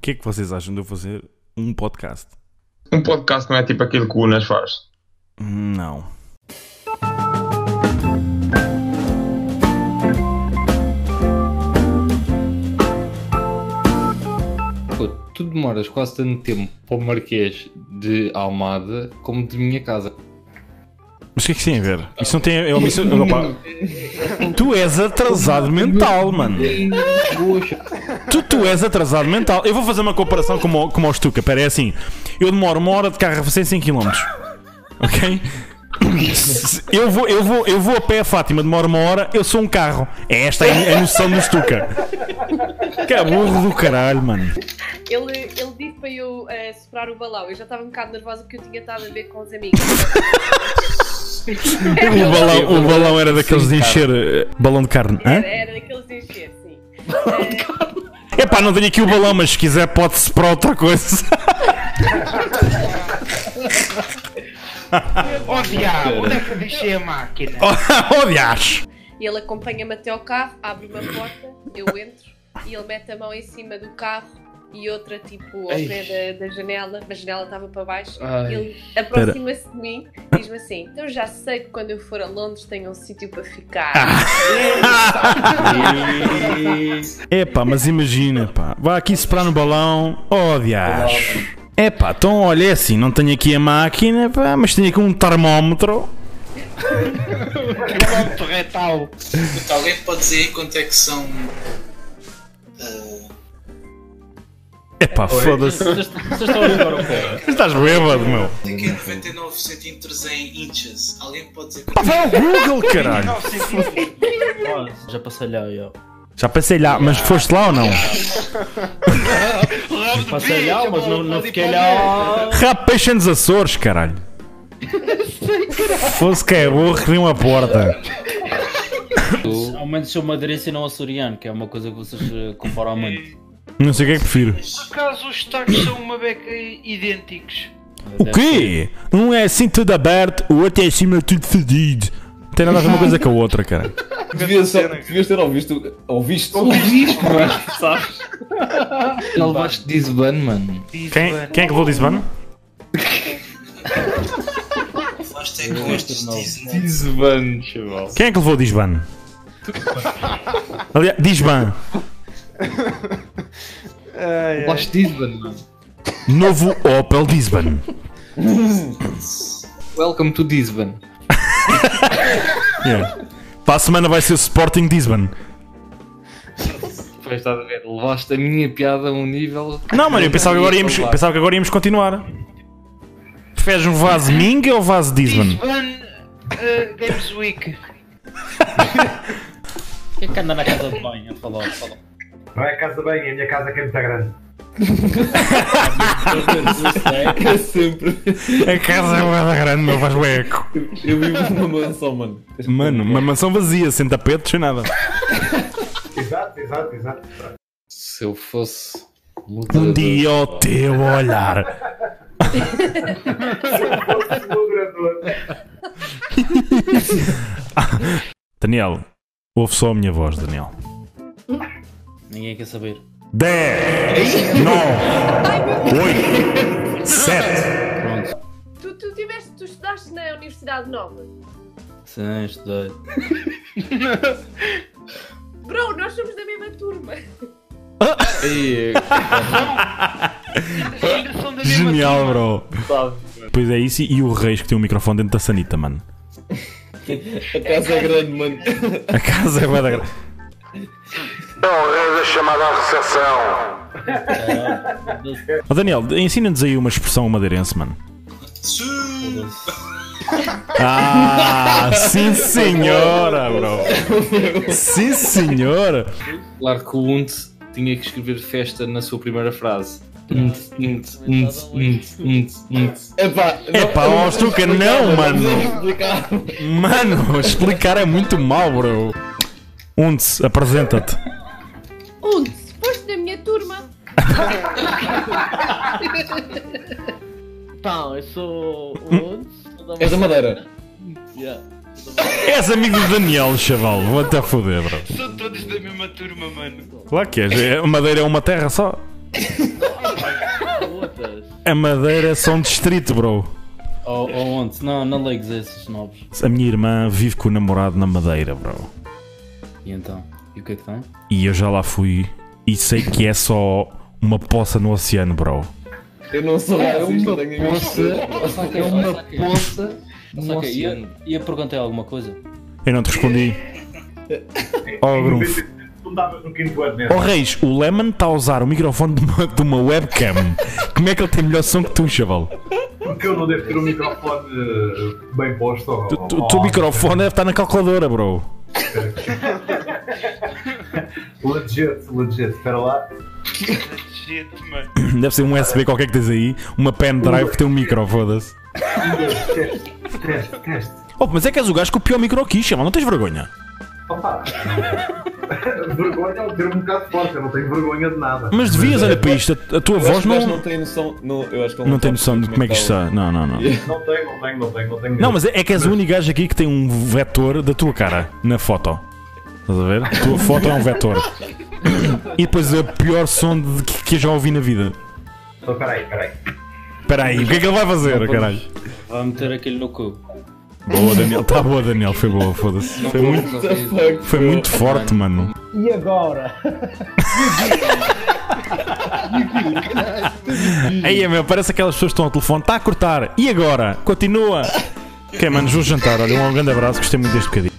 que é que vocês acham de eu fazer um podcast? Um podcast não é tipo aquilo que o Unas faz. Não. Pô, tu demoras quase tanto tempo para o Marquês de Almada como de minha casa. Mas o que é que isso tem a ver? Isso não tem. É uma missão. Não, pá. tu és atrasado mental, mano. Poxa, Tu, tu és atrasado mental. Eu vou fazer uma comparação com o, com o Stuka. Pera, é assim. Eu demoro uma hora de carro a fazer 100 km. Ok? Se- Eu vou, eu, vou, eu vou a pé a Fátima, demoro uma hora, eu sou um carro. É Esta é a noção do Stuka. Que é burro do caralho, mano. Ele, ele disse para eu eh, soprar o balão. Eu já estava um bocado nervosa porque eu tinha estado a ver com os amigos. O balão, o balão era daqueles de encher eh, balão de carne. Hã? Era, era daqueles é de encher, sim. Epá, não tenho aqui o balão, mas se quiser pode-se para outra coisa. Ó diabo, onde é que eu deixei a máquina? Oh, aliás! E ele acompanha-me até ao carro, abre uma porta, eu entro e ele mete a mão em cima do carro e outra tipo ao Ei. pé da, da janela, mas a janela estava para baixo. Ai. Ele aproxima-se de mim e diz-me assim: Então já sei que quando eu for a Londres tenho um sítio para ficar. Epá, mas imagina, pá. Vá aqui soprar no balão. Oh, dias. Epá, então olha é assim, não tenho aqui a máquina, pá, mas tenho aqui um termómetro. Pronto, retal. Puta, alguém pode dizer quanto é que são. ah, Epá, foda-se. Vocês vocês estão a um jogar o quê? Estás bêbado, meu. é que é 99 centímetros em inches. Alguém pode dizer Pá, quanto é vai ao Google, caralho. Olha, já passei lá, eu. Já passei lá, mas foste lá ou não? Passei lá, mas não, não fiquei lá. Rapaz nos Açores, caralho. Fosse que é burro que nem uma porta. tu- Ao menos sou madeirense e não açoriano, que é uma coisa que vocês eh, comparam muito. Não sei o que é que prefiro. Por acaso os sotaques são uma beca idênticos? O quê? Um é assim tudo aberto, o outro é acima de tudo fedido. Não tem nada a ver uma coisa com a outra, cara. Devias, devias ter ouvido. Ouviste? Ouviste, mano? Sabes? Ele é? levaste desban, mano. Quem, quem é que levou disso, mano? que falaste é com estes não. 19. Desvano, chaval. Quem é que levou o Disban? Aliás, Disban. Levaste desban, mano. Novo Opel Disban. Welcome to desban. Yeah. Para a semana vai ser o Sporting Disban. Pois estás a ver, levaste a minha piada a um nível. Não, mano, eu pensava que agora íamos, pensava que agora íamos continuar. Preferes um vaso Ming ou vaso Disban? Desvano eh, Games Week. Quem é que anda na casa de banho a falar? a falar? Vai à casa bem, a minha casa que é muito grande. Meu Deus, isso é- É sempre. A casa é uma grande, meu, faz eco. Eu vivo numa mansão, mano. Mano, uma mansão vazia, sem tapetes, sem nada. Exato, exato, exato. Se eu fosse. Um mudador- dia ao teu olhar. Logrador. Daniel, ouve só a minha voz, Daniel. Ninguém quer saber. 10, 9, 8, 7. Pronto. tu, tu, tiveste, tu estudaste na Universidade Nova. Sim, estudei. Bro, nós somos da mesma turma. Ei, Ainda são da mesma Genial, turma. bro. Pois é isso e o Reis que tem um microfone dentro da sanita, mano. A casa é grande, mano. A casa é bué da grande. Ó Daniel, ensina-nos aí uma expressão madeirense, mano. Su- Ah, sim senhora, bro. Sim senhora. Claro que o Unt tinha que escrever festa na sua primeira frase. Unt, unt, unt, unt, unt, unt. Epá, Epá, não- ó, Stuka, não, mano. Vamos explicar. Mano, explicar é muito mal, bro. Untz, apresenta-te. Onde? Se foste da minha turma. Então, eu sou o És da Madeira. És amigo do Daniel, chaval. Vou-te a foder, bro. São todos da mesma turma, mano. Claro que és. É, Madeira é uma terra só. Putas. A Madeira são distrito, bro. Ou, ou onde? Não, não legues esses novos. A minha irmã vive com o namorado na Madeira, bro. E então? E o que é que tem? E eu já lá fui e sei que é só uma poça no oceano, bro. Eu não sou É racista, uma tenho poça. É uma poça no Só que ia- oceano. E a pergunta é alguma coisa? Eu não te respondi. Oh, Grunf. Tu estavas no quinto ano Oh, mesmo. Reis, o Lemon está a usar o microfone de uma, de uma webcam. Como é que ele tem melhor som que tu, chaval? Porque eu não devo ter um microfone eh, bem posto. ou- Tu- tu- O ou- teu microfone deve estar na calculadora, bro. Legit, legit. Espera lá. Gente, mano. Deve ser um USB qualquer que tens aí, uma pen drive que tem um micro, foda-se. Teste, teste, teste. Oh, mas é que és o gajo com o pior micro aqui, chaval, não tens vergonha? Opa! vergonha é um termo um bocado forte, eu não tenho vergonha de nada. Mas devias, olha para isto, a, a tua Eu acho voz que o gajo não, não tem noção. Não, eu acho que ele não tem noção de tipo como é que isto está. está. Não, não, não. Não tenho, não tenho, não tenho, não tenho. Não, mas é é que és o único gajo aqui que tem um vetor da tua cara na foto. Estás a ver? A tua foto é um vetor. E depois o pior som de- que, que eu já ouvi na vida. Então, peraí, peraí. Espera aí, o que é que ele vai fazer, caralho? Vai meter aquele no cu. Boa, Daniel. Tá boa, Daniel. Foi boa, foda-se. Foi muito, foi muito forte, mano. E agora? Aí, meu, parece aquelas pessoas que estão ao Tá telefone. Está a cortar. E agora? Continua. Ok, mano, vou jantar. Olha, um grande abraço. Gostei muito deste bocadinho.